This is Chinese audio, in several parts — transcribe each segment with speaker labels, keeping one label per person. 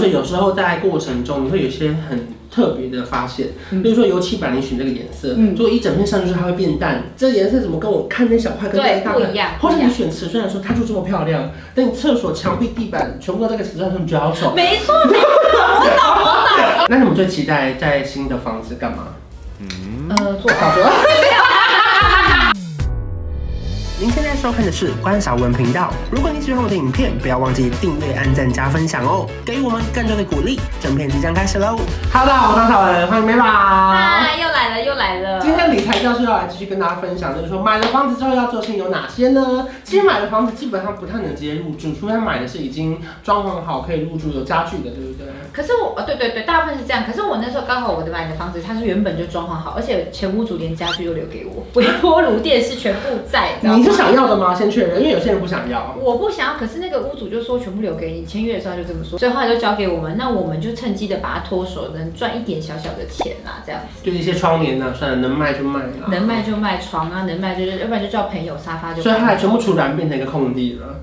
Speaker 1: 且有时候在过程中，你会有一些很特别的发现，比如说油漆本来你选这个颜色，
Speaker 2: 嗯
Speaker 1: 如果一整片上去它会变淡，这个颜色怎么跟我看那小块跟那
Speaker 2: 对
Speaker 1: 个大
Speaker 2: 不
Speaker 1: 块
Speaker 2: 一样
Speaker 1: 或者
Speaker 2: 不一样
Speaker 1: 你选瓷砖的时候，它就这么漂亮，但你厕所墙壁、地板全部都在这个瓷砖上，你觉得好丑。
Speaker 2: 没错，没错，我懂，我懂。
Speaker 1: 那你们最期待在新的房子干嘛？
Speaker 2: 呃，做好多。
Speaker 1: 您现在收看的是关少文频道。如果你喜欢我的影片，不要忘记订阅、按赞、加分享哦，给予我们更多的鼓励。整片即将开始喽！Hello，大家好，我是关少文，欢迎美宝。
Speaker 2: 哎嗨，又来了，又来了。
Speaker 1: 今天理财教授要来继续跟大家分享，就是说买了房子之后要做的事情有哪些呢？其实买了房子基本上不太能直接入住，除非他买的是已经装潢好可以入住有家具的，对不对？
Speaker 2: 可是我，哦，对对对，大部分是这样。可是我那时候刚好我的买的房子，它是原本就装潢好，而且前屋主连家具都留给我，微波炉、电视全部在， 你知道
Speaker 1: 你是
Speaker 2: 吗？
Speaker 1: 想要的吗？先确认，因为有些人不想要。
Speaker 2: 我不想要，可是那个屋主就说全部留给你，签约的时候他就这么说，所以后来就交给我们，那我们就趁机的把它脱手，能赚一点小小的钱啦，这样
Speaker 1: 就是一些窗帘啊，算了，能卖就卖啦。
Speaker 2: 能卖就卖床啊，能卖就是，要不然就叫朋友沙发就。
Speaker 1: 所以它还全部出然变成一个空地了。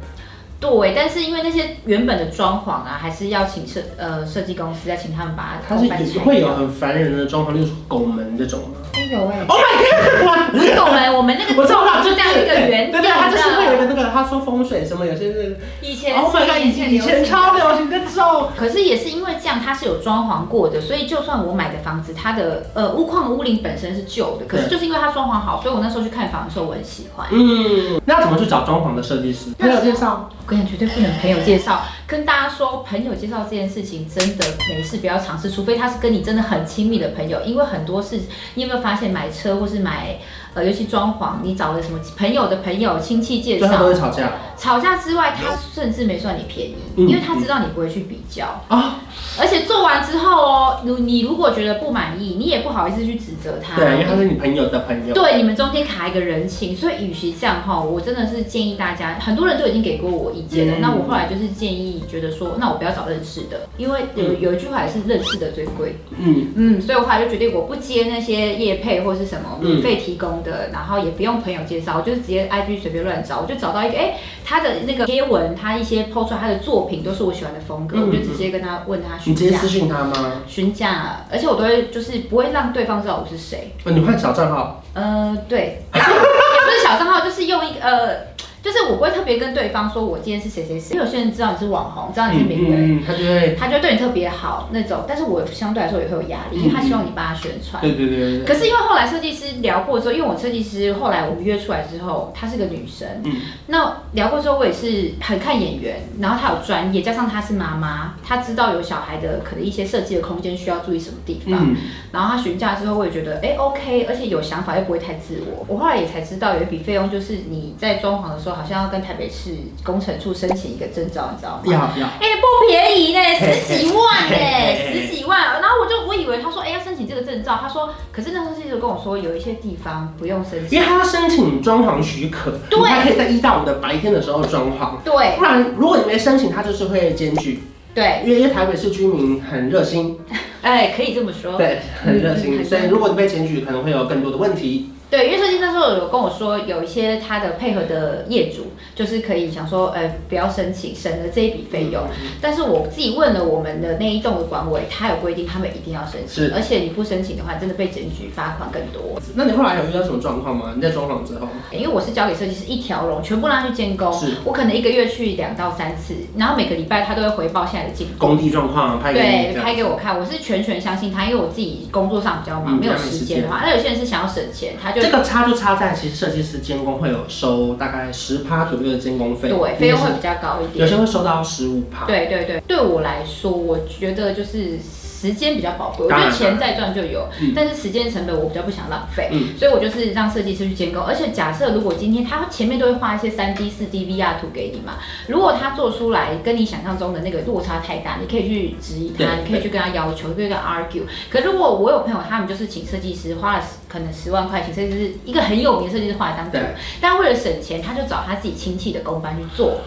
Speaker 2: 对，但是因为那些原本的装潢啊，还是要请设呃设计公司，要请他们把它
Speaker 1: 它是
Speaker 2: 翻
Speaker 1: 也
Speaker 2: 拆
Speaker 1: 会有啊很烦人的装潢，例如说拱门这种吗？
Speaker 2: 哎有哎、Oh my god！我们 我们那个
Speaker 1: 我知道了，
Speaker 2: 就这样一个圆
Speaker 1: 对对，它就是会有一
Speaker 2: 的，
Speaker 1: 个那个，他说风水什么，有些是
Speaker 2: 以前
Speaker 1: Oh my god，以前以前超流行的这种。
Speaker 2: 可是也是因为这样，它是有装潢过的，所以就算我买的房子，它的呃屋况屋龄本身是旧的，可是
Speaker 1: 对
Speaker 2: 就是因为它装潢好，所以我那时候去看房的时候我很喜欢。
Speaker 1: 嗯，那怎么去找装潢的设计师？朋友介绍，
Speaker 2: 我跟你讲，绝对不能朋友介绍。跟大家说，朋友介绍这件事情真的没事，不要尝试，除非他是跟你真的很亲密的朋友。因为很多事，你有没有发现买车或是买呃，尤其装潢，你找了什么朋友的朋友、亲戚介
Speaker 1: 最后都会，吵
Speaker 2: 绍
Speaker 1: 架
Speaker 2: 吵架之外，他甚至没算你便宜，
Speaker 1: 嗯
Speaker 2: 因为他知道你不会去比较。
Speaker 1: 啊。
Speaker 2: 而且做完之后哦，你你如果觉得不满意，你也不好意思去指责他。
Speaker 1: 对，因为他是你朋友的朋友。
Speaker 2: 对，你们中间卡一个人情，所以与其这样哈，我真的是建议大家，很多人都已经给过我意见了。
Speaker 1: 嗯
Speaker 2: 那我后来就是建议，觉得说，那我不要找认识的，因为有有一句话也是认识的最贵。
Speaker 1: 嗯，
Speaker 2: 嗯，所以我后来就决定我不接那些业配或是什么
Speaker 1: 嗯
Speaker 2: 免费提供的，然后也不用朋友介绍，我就直接 IG 随便乱找，我就找到一个，哎、他的那个贴文，他一些 PO 出来他的作品都是我喜欢的风格，
Speaker 1: 嗯
Speaker 2: 我就直接跟他问他询
Speaker 1: 你直接
Speaker 2: 价
Speaker 1: 私。讯他吗？
Speaker 2: 询价，而且我都会就是不会让对方知道我是谁，
Speaker 1: 哦，你换小账号，
Speaker 2: 呃，对， 也不是小账号，就是用一个呃，就是我不会特别跟对方说我今天是谁谁谁，因为有些人知道你是网红，知道你是名人，
Speaker 1: 嗯，他就会，
Speaker 2: 他就对你特别好那种，但是我相对来说也会有压力，因为他希望你帮他宣传。
Speaker 1: 嗯对对对对对，
Speaker 2: 可是因为后来设计师聊过之后，因为我设计师后来我们约出来之后，她是个女生，
Speaker 1: 嗯
Speaker 2: 那聊过之后我也是很看眼缘，然后她有专业，加上她是妈妈，她知道有小孩的可能一些设计的空间需要注意什么地方，
Speaker 1: 嗯，
Speaker 2: 然后他询价之后，我也觉得哎 OK，而且有想法又不会太自我。我后来也才知道有一笔费用，就是你在装潢的时候，好像要跟台北市工程处申请一个证照，你知道吗？
Speaker 1: 要要，
Speaker 2: 哎、不便宜呢，十几万
Speaker 1: 嘿嘿
Speaker 2: 呢，
Speaker 1: 嘿
Speaker 2: 十几万。然后我就我以为他说，哎、要申请这个证照，他说，可是那时候记者跟我说，有一些地方不用申
Speaker 1: 因
Speaker 2: 请
Speaker 1: 为。他要申请装潢许可，
Speaker 2: 对
Speaker 1: 你才可以在一到五的白天的时候装潢。
Speaker 2: 对
Speaker 1: 不然，如果你没申请，他就是会检举，
Speaker 2: 对，
Speaker 1: 因为因为台北市居民很热心，
Speaker 2: 哎、可以这么说。
Speaker 1: 对，很热
Speaker 2: 嗯嗯
Speaker 1: 心，
Speaker 2: 嗯
Speaker 1: 所以如果你被检举，可能会有更多的问题。
Speaker 2: 对，因为设计那时候有跟我说，有一些他的配合的业主，就是可以想说，呃，不要申请，省了这一笔费用。但是我自己问了我们的那一栋的管委，他有规定，他们一定要申请，
Speaker 1: 是
Speaker 2: 而且你不申请的话，真的被检举罚款更多。
Speaker 1: 那你后来有遇到什么状况吗？你在装潢之后？
Speaker 2: 因为我是交给设计师一条龙，全部让他去监工
Speaker 1: 是，
Speaker 2: 我可能一个月去两到三次，然后每个礼拜他都会回报现在的进度。
Speaker 1: 工地状况拍给你
Speaker 2: 对，
Speaker 1: 这
Speaker 2: 拍
Speaker 1: 样。
Speaker 2: 给我看，我是全权相信他，因为我自己工作上比较忙，
Speaker 1: 嗯
Speaker 2: 没有
Speaker 1: 没有
Speaker 2: 时
Speaker 1: 时
Speaker 2: 间的
Speaker 1: 间
Speaker 2: 话，那有些人是想要省钱，他就
Speaker 1: 这个差就差在，其实设计师监工会有收大概十趴左右的监工费，
Speaker 2: 对费用会比较高一
Speaker 1: 有
Speaker 2: 点。
Speaker 1: 些会收到十五趴。
Speaker 2: 对对对，对我来说，我觉得就是时间比较宝贵，我觉
Speaker 1: 当然
Speaker 2: 得钱再赚就有，
Speaker 1: 嗯
Speaker 2: 但是时间成本我比较不想浪费，
Speaker 1: 嗯
Speaker 2: 所以我就是让设计师去监工。而且假设如果今天他前面都会画一些三 D、四 D、VR 图给你嘛，如果他做出来跟你想象中的那个落差太大，你可以去质疑他，
Speaker 1: 对
Speaker 2: 你可以去跟他要求，你可以跟他 argue。可如果我有朋友，他们就是请设计师花了十可能十万块，请设计师一个很有名的设计师画了张图
Speaker 1: 对，
Speaker 2: 但为了省钱，他就找他自己亲戚的工班去做。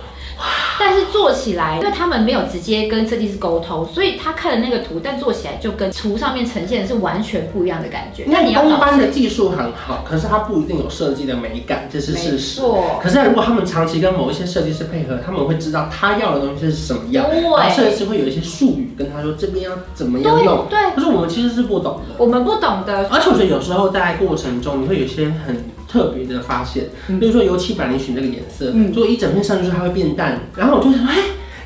Speaker 2: 但是做起来，因为他们没有直接跟设计师沟通，所以他看了那个图，但做起来就跟图上面呈现的是完全不一样的感觉。那
Speaker 1: 那
Speaker 2: 你要
Speaker 1: 工
Speaker 2: 找
Speaker 1: 班的
Speaker 2: 谁？
Speaker 1: 技术很好，可是它不一定有设计的美感，这是
Speaker 2: 没
Speaker 1: 事实。
Speaker 2: 错，
Speaker 1: 可是如果他们长期跟某一些设计师配合，他们会知道他要的东西是什么样，
Speaker 2: 对
Speaker 1: 然后设计师会有一些术语跟他说这边要怎么样用，
Speaker 2: 对，
Speaker 1: 可是我们其实是不懂的。
Speaker 2: 我们不懂的，
Speaker 1: 而且我觉得有时候在过程中，你会有一些很特别的发现，
Speaker 2: 嗯
Speaker 1: 比如说油漆本来你选这个颜色，
Speaker 2: 嗯
Speaker 1: 如果一整片上去之后它会变淡，然后我就会说，哎，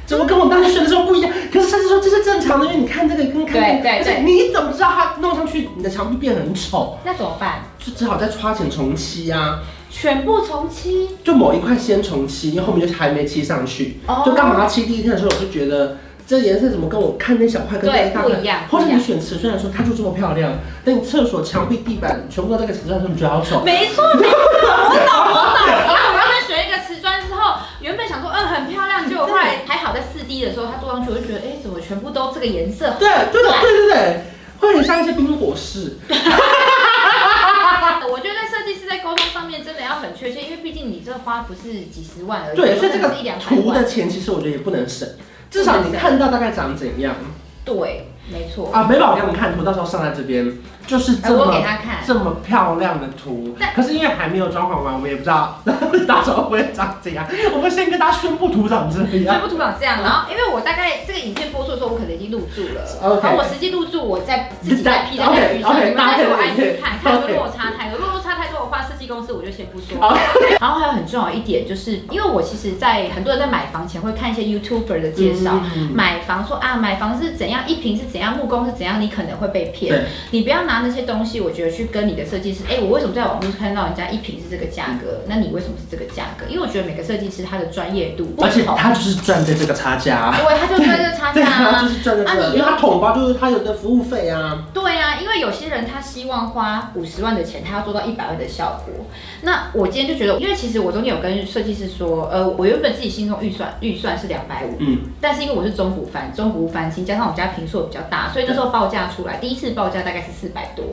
Speaker 1: 怎么跟我当时选的时候不一样？可是设计说这是正常的，因为你看这个跟看那个，
Speaker 2: 对对
Speaker 1: 而且
Speaker 2: 对
Speaker 1: 你怎么知道它弄上去你的墙壁变很丑？
Speaker 2: 那怎么办？
Speaker 1: 就只好再花钱重漆啊，
Speaker 2: 全部重漆
Speaker 1: 就某一块先重漆，因为后面就还没漆上去，
Speaker 2: 哦
Speaker 1: 就干嘛漆第一天的时候，我就觉得。这颜色怎么跟我看那小块跟那
Speaker 2: 对
Speaker 1: 一大
Speaker 2: 不
Speaker 1: 块
Speaker 2: 一样
Speaker 1: 或者
Speaker 2: 不一
Speaker 1: 你
Speaker 2: 样
Speaker 1: 选瓷，虽然说它就这么漂亮，但你厕所墙壁、地板全部都在那个瓷砖上，你觉得好丑？
Speaker 2: 没错，没错，我懂，我懂。然后我让他选一个瓷砖之后，原本想说嗯很漂亮，结果后来还好在四 D 的时候，他坐上去我就觉得，哎，怎么全部都这个颜色？
Speaker 1: 对对对对对对，会很像一些冰火室。
Speaker 2: 我觉得设计师在沟通上面真的要很确切，因为毕竟你这花不是几十万而已，
Speaker 1: 对，所以这
Speaker 2: 可能
Speaker 1: 个
Speaker 2: 是一两百
Speaker 1: 图的
Speaker 2: 万。
Speaker 1: 钱其实我觉得也不能省，至少你看到大概长怎样
Speaker 2: 对，没错。
Speaker 1: 啊。美宝给我们看图，到时候上来这边就是
Speaker 2: 哎
Speaker 1: 这
Speaker 2: 我给
Speaker 1: 么
Speaker 2: 他看，
Speaker 1: 这么漂亮的图
Speaker 2: 但，
Speaker 1: 可是因为还没有装潢完，我们也不知道 到时候会长怎样。我们先跟大家宣布图长这
Speaker 2: 全
Speaker 1: 样。
Speaker 2: 部涂长这样，
Speaker 1: 嗯
Speaker 2: 然后因为我大概这个影片播出的时候，我可能已经录住了
Speaker 1: OK
Speaker 2: 然后我实际录住，我再自己再 P 在
Speaker 1: OK，OK，
Speaker 2: IG 上，你们
Speaker 1: 大家
Speaker 2: 再
Speaker 1: 可以
Speaker 2: 去我 IG 看，看有没
Speaker 1: OK
Speaker 2: 有落差太多，如果落差太多的话，设计公司我就先不说。
Speaker 1: 好
Speaker 2: 然后还有很重要一点，就是因为我其实，在很多人在买房前会看一些 YouTuber 的介绍，
Speaker 1: 嗯
Speaker 2: 买房说啊，买房是怎样，一平是怎样，木工是怎样，你可能会被骗
Speaker 1: 对。
Speaker 2: 你不要拿那些东西，我觉得去跟你的设计师，哎、我为什么在网络看到人家一平是这个价格，那你为什么是这个价格？因为我觉得每个设计师他的专业度不
Speaker 1: 而且
Speaker 2: 同，
Speaker 1: 他就是赚的这个差价。
Speaker 2: 对，他就在这差
Speaker 1: 对
Speaker 2: 价
Speaker 1: 啊，
Speaker 2: 啊
Speaker 1: 就。是赚的这
Speaker 2: 啊
Speaker 1: 个，
Speaker 2: 你
Speaker 1: 因为他统包就是他有的服务费啊。
Speaker 2: 对啊，因为有些人他希望花五十万的钱，他要做到一百万的效果。那我今天就觉得，因为其实我中间有跟设计师说，呃，我原本自己心中预算预算是两百五，
Speaker 1: 嗯，
Speaker 2: 但是因为我是中古翻，中古翻新加上我们家平数比较大，所以那时候报价出来，第一次报价大概是四百多。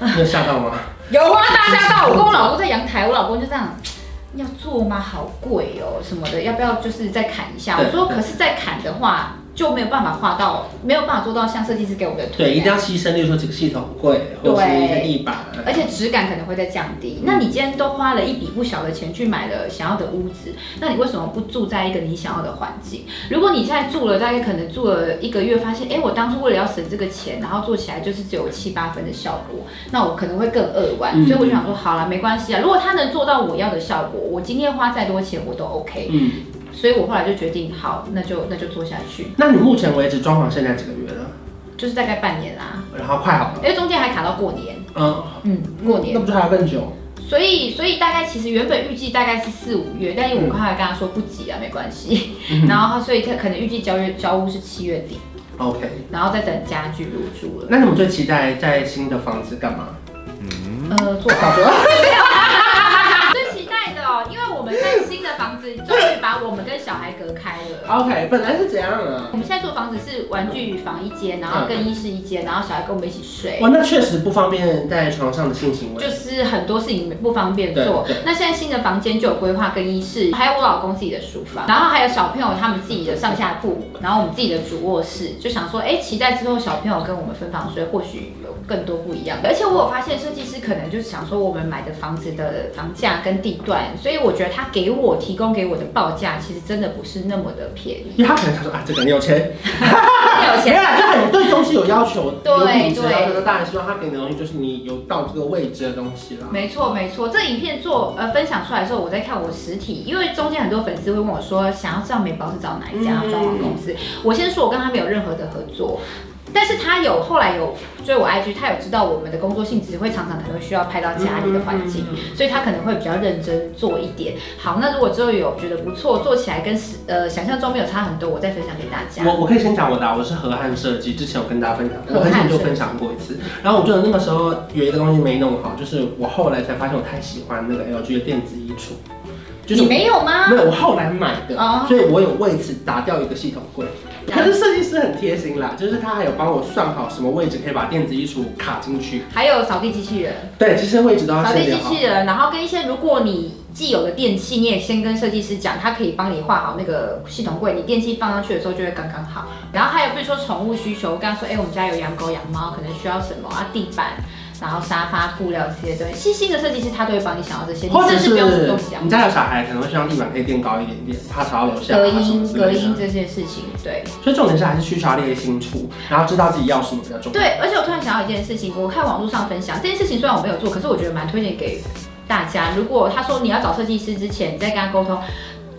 Speaker 1: 你有吓到 吗？
Speaker 2: 有啊，大家到我跟我老公在阳台，我老公就这样。要做吗？好贵哦，什么的，要不要就是再砍一下？
Speaker 1: 对
Speaker 2: 我说，
Speaker 1: 对
Speaker 2: 可是再砍的话就没有办法画到，没有办法做到像设计师给我们的图那
Speaker 1: 对，一定
Speaker 2: 样，
Speaker 1: 要牺牲，例如说几个系统柜，或者是一些地板，啊
Speaker 2: 而且质感可能会再降低。那你今天都花了一笔不小的钱去买了想要的屋子，那你为什么不住在一个你想要的环境？如果你现在住了大概可能住了一个月，发现哎、诶我当初为了要省这个钱，然后做起来就是只有七八分的效果，那我可能会更扼腕。
Speaker 1: 嗯
Speaker 2: 所以我就想说，好了，没关系啊，如果他能做到我要的效果，我今天花再多钱我都 OK。
Speaker 1: 嗯，
Speaker 2: 所以我后来就决定，好，那就那就做下去，
Speaker 1: 那你目前为止装潢现在几个月了？
Speaker 2: 就是大概半年啦，
Speaker 1: 然后快好了，
Speaker 2: 因为中间还卡到过年，
Speaker 1: 嗯，
Speaker 2: 嗯，过年
Speaker 1: 那。不是还要更久？
Speaker 2: 所以，所以大概其实原本预计大概是四五月，但是我刚才跟他说不急啊，没关系。然后他所以他可能预计交月交屋是七月底，
Speaker 1: OK，
Speaker 2: 然后再等家具入住了。
Speaker 1: 那你们最期待在新的房子干嘛？
Speaker 2: 呃，做好多。最期待的哦，因为我们在新的房子终于把我们跟小孩隔开了。
Speaker 1: ？OK，本来是怎样啊？
Speaker 2: 我们现在住房子是玩具房一间，然后更衣室一间，然后小孩跟我们一起睡。
Speaker 1: 哇，那确实不方便在床上的性行为
Speaker 2: 就。是很多事情不方便做
Speaker 1: 对对。
Speaker 2: 那现在新的房间就有规划更衣室，还有我老公自己的书房，然后还有小朋友他们自己的上下铺，然后我们自己的主卧室，就想说，哎、期待之后小朋友跟我们分房睡，或许有更多不一样的。而且我有发现设计师可能就是想说，我们买的房子的房价跟地段，所以我觉得他给我提供给我的报价，其实真的不是那么的便 宜，
Speaker 1: 因为他可能想说啊，这个人有钱，
Speaker 2: 有
Speaker 1: 没
Speaker 2: 钱
Speaker 1: 有啦，就很对东西有要求，
Speaker 2: 对
Speaker 1: 有品质
Speaker 2: 对
Speaker 1: 要求，那当然希望他给你的东西就是你有到这个位置的东西啦。
Speaker 2: 没错没错，这影片做呃分享出来的时候，我在看我实体，因为中间很多粉丝会问我说，想要知道美宝是找哪一家
Speaker 1: 嗯
Speaker 2: 装潢公司。我先说，我跟他没有任何的合作，但是他有后来有追我 IG，他有知道我们的工作性质会常常可能需要拍到家里的环境，
Speaker 1: 嗯
Speaker 2: 所以他可能会比较认真做一点。好，那如果之后有觉得不错，做起来跟实呃想象中没有差很多，我再分享给大家。
Speaker 1: 我我可以先讲我的啊，我是河汉设计，之前有跟大家分享，
Speaker 2: 河
Speaker 1: 我
Speaker 2: 汉
Speaker 1: 很
Speaker 2: 设计
Speaker 1: 久就分享过一次。然后我觉得那个时候有一个东西没弄好，就是我后来才发现我太喜欢那个 LG 的电子衣橱，就是
Speaker 2: 你没有吗？
Speaker 1: 没有我后来买的，
Speaker 2: 哦
Speaker 1: 所以我有为此打掉一个系统柜。
Speaker 2: 然后
Speaker 1: 可是设计师很贴心啦，就是他还有帮我算好什么位置可以把电子衣橱卡进去，
Speaker 2: 还有扫地机器人。
Speaker 1: 啊对，这些位置都要
Speaker 2: 扫
Speaker 1: 先
Speaker 2: 地
Speaker 1: 留
Speaker 2: 机
Speaker 1: 好。
Speaker 2: 器人，然后跟一些如果你既有的电器，你也先跟设计师讲，他可以帮你画好那个系统柜，你电器放上去的时候就会刚刚好。然后还有比如说宠物需求，我跟他说，哎、我们家有养狗养猫，可能需要什么啊，地板。然后沙发布料这些东西，细心的设计师他都会帮你想到这些，你
Speaker 1: 或者
Speaker 2: 甚至不用主
Speaker 1: 是
Speaker 2: 动讲
Speaker 1: 你。家有小孩，可能会希望地板可以垫高一点点，怕吵到楼下啊
Speaker 2: 隔
Speaker 1: 什么
Speaker 2: 音、
Speaker 1: 之类的
Speaker 2: 隔音这些事情，对
Speaker 1: 所以重点是还是需求要列清楚，然后知道自己要什么比较重要。
Speaker 2: 对。而且我突然想到一件事情，我看网络上分享这件事情，虽然我没有做，可是我觉得蛮推荐给大家。如果他说你要找设计师之前，你再跟他沟通。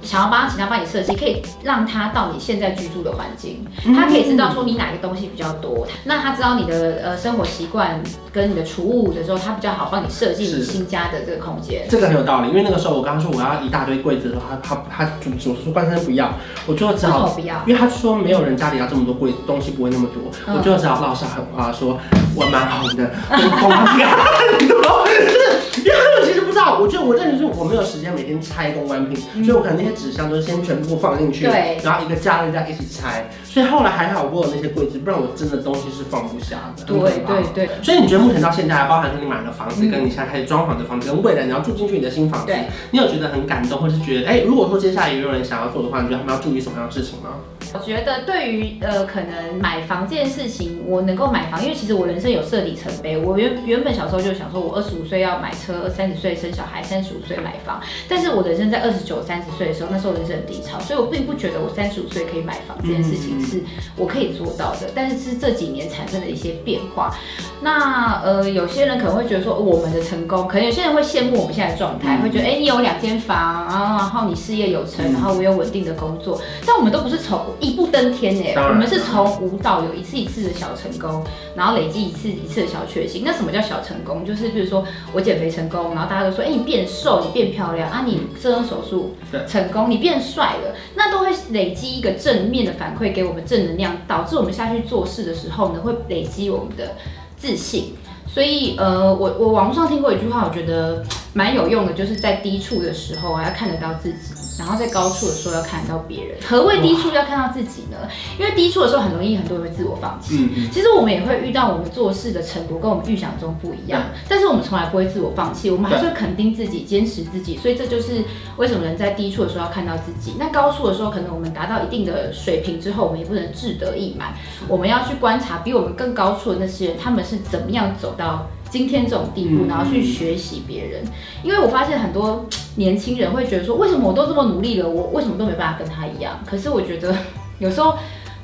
Speaker 2: 想要帮他，请他帮你设计，可以让他到你现在居住的环境，
Speaker 1: 嗯
Speaker 2: 他可以知道说你哪个东西比较多，那他知道你的呃生活习惯跟你的储物的时候，他比较好帮你设计
Speaker 1: 是
Speaker 2: 你新家的这个空间。
Speaker 1: 嗯这个很有道理，因为那个时候我刚刚说我要一大堆柜子的时候，他他他主主说半身不要，我就只
Speaker 2: 为什么
Speaker 1: 好，
Speaker 2: 不要？
Speaker 1: 因为他说没有人家里要这么多柜子，东西不会那么多，
Speaker 2: 嗯
Speaker 1: 我就只好落下狠话说，我蛮好的， 我空间很多，就是因为他们其实不知道，我觉得我认识我没有时间每天拆公关品，
Speaker 2: 嗯
Speaker 1: 所以我可能那些纸箱都是先全部放进去，
Speaker 2: 对
Speaker 1: 然后一个架一个架一起拆，所以后来还好我有那些柜子，不然我真的东西是放不下的，
Speaker 2: 对
Speaker 1: 很可怕
Speaker 2: 对对，
Speaker 1: 所以你觉得目前到现在，包含说你买了房子，
Speaker 2: 嗯
Speaker 1: 跟你现在开始装潢的房子，跟未来你要住进去你的新房子
Speaker 2: 对，
Speaker 1: 你有觉得很感动，或是觉得，哎、如果说接下来也有人想要做的话，你觉得他们要注意什么样的事情吗？
Speaker 2: 我觉得对于呃，可能买房这件事情，我能够买房，因为其实我人生有设里程碑。我原原本小时候就想说，我二十五岁要买车，三十岁生小孩，三十五岁买房。但是我人生在二十九、三十岁的时候，那时候人生很低潮，所以我并不觉得我三十五岁可以买房这件事情
Speaker 1: 嗯
Speaker 2: 是我可以做到的。但是是这几年产生的一些变化。那呃，有些人可能会觉得说哦我们的成功，可能有些人会羡慕我们现在的状态，
Speaker 1: 嗯
Speaker 2: 会觉得哎、你有两间房啊，然后你事业有成，
Speaker 1: 嗯
Speaker 2: 然后我有稳定的工作。但我们都不是从一步登天哎、
Speaker 1: 当然
Speaker 2: 我们是从无到有，一次一次的小成功，然后累积一次一次的小确幸。那什么叫小成功？就是比如说我减肥成功，然后大家都说，哎、你变瘦，你变漂亮啊，你这种手术
Speaker 1: 对
Speaker 2: 成功，你变帅了，那都会累积一个正面的反馈给我们正能量，导致我们下去做事的时候呢，会累积我们的自信。所以，呃，我我网络上听过一句话，我觉得蛮有用的，就是在低处的时候啊，要看得到自己，然后在高处的时候要看得到别人。何谓低处要看到自己呢？因为低处的时候很容易很多人会自我放弃。
Speaker 1: 嗯嗯，
Speaker 2: 其实我们也会遇到我们做事的成果跟我们预想中不一样，
Speaker 1: 嗯
Speaker 2: 但是我们从来不会自我放弃，我们还是会肯定自己、坚持自己，所以这就是为什么人在低处的时候要看到自己，那高处的时候，可能我们达到一定的水平之后，我们也不能志得意满，我们要去观察比我们更高处的那些人，他们是怎么样走到今天这种地步，
Speaker 1: 嗯
Speaker 2: 然后去学习别人。因为我发现很多年轻人会觉得说，为什么我都这么努力了，我为什么都没办法跟他一样？可是我觉得 有时候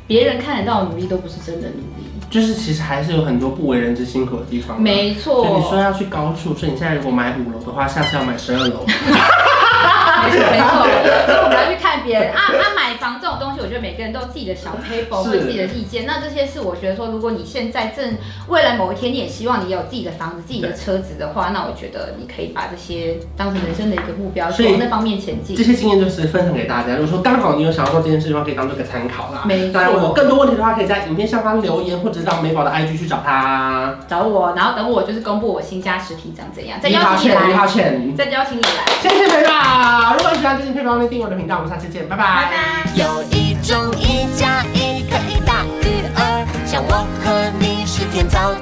Speaker 2: 别人看得到的努力都不是真的努力。
Speaker 1: 就是其实还是有很多不为人知辛苦的地方。。
Speaker 2: 没
Speaker 1: 所哦以你说
Speaker 2: 错，
Speaker 1: 要去高处，所以你现在如果买五楼的话，下次要买十二 楼。
Speaker 2: 啊没错，没错。所以我们要去看别人啊啊！买房这种东西，我觉得每个人都有自己的小 paper
Speaker 1: 是
Speaker 2: 或者自己的意见。那这些是我觉得说，如果你现在正未来某一天，你也希望你有自己的房子、自己的车子的话，那我觉得你可以把这些当成人生的一个目标，
Speaker 1: 所以
Speaker 2: 往那方面前
Speaker 1: 这
Speaker 2: 进。
Speaker 1: 些经验就是分享给大家。如果说刚好你有想要做这件事的话，可以当做一个参考啦。
Speaker 2: 没
Speaker 1: 当然，我有
Speaker 2: 错，
Speaker 1: 更多问题的话，可以在影片下方留言，或者到美宝的 IG 去找他。
Speaker 2: 找我，然后等我就是公布我新家实体长怎样，再邀
Speaker 1: 一号
Speaker 2: 请你
Speaker 1: 线，一号
Speaker 2: 来，
Speaker 1: 线。
Speaker 2: 再邀请你来，
Speaker 1: 谢谢陪伴。如果你喜欢这期陪伴，欢迎订阅我的频道。我们下期见，拜
Speaker 2: 拜
Speaker 1: 拜。
Speaker 2: 拜。
Speaker 3: 有一种一加一可以大于二，像我和你是天造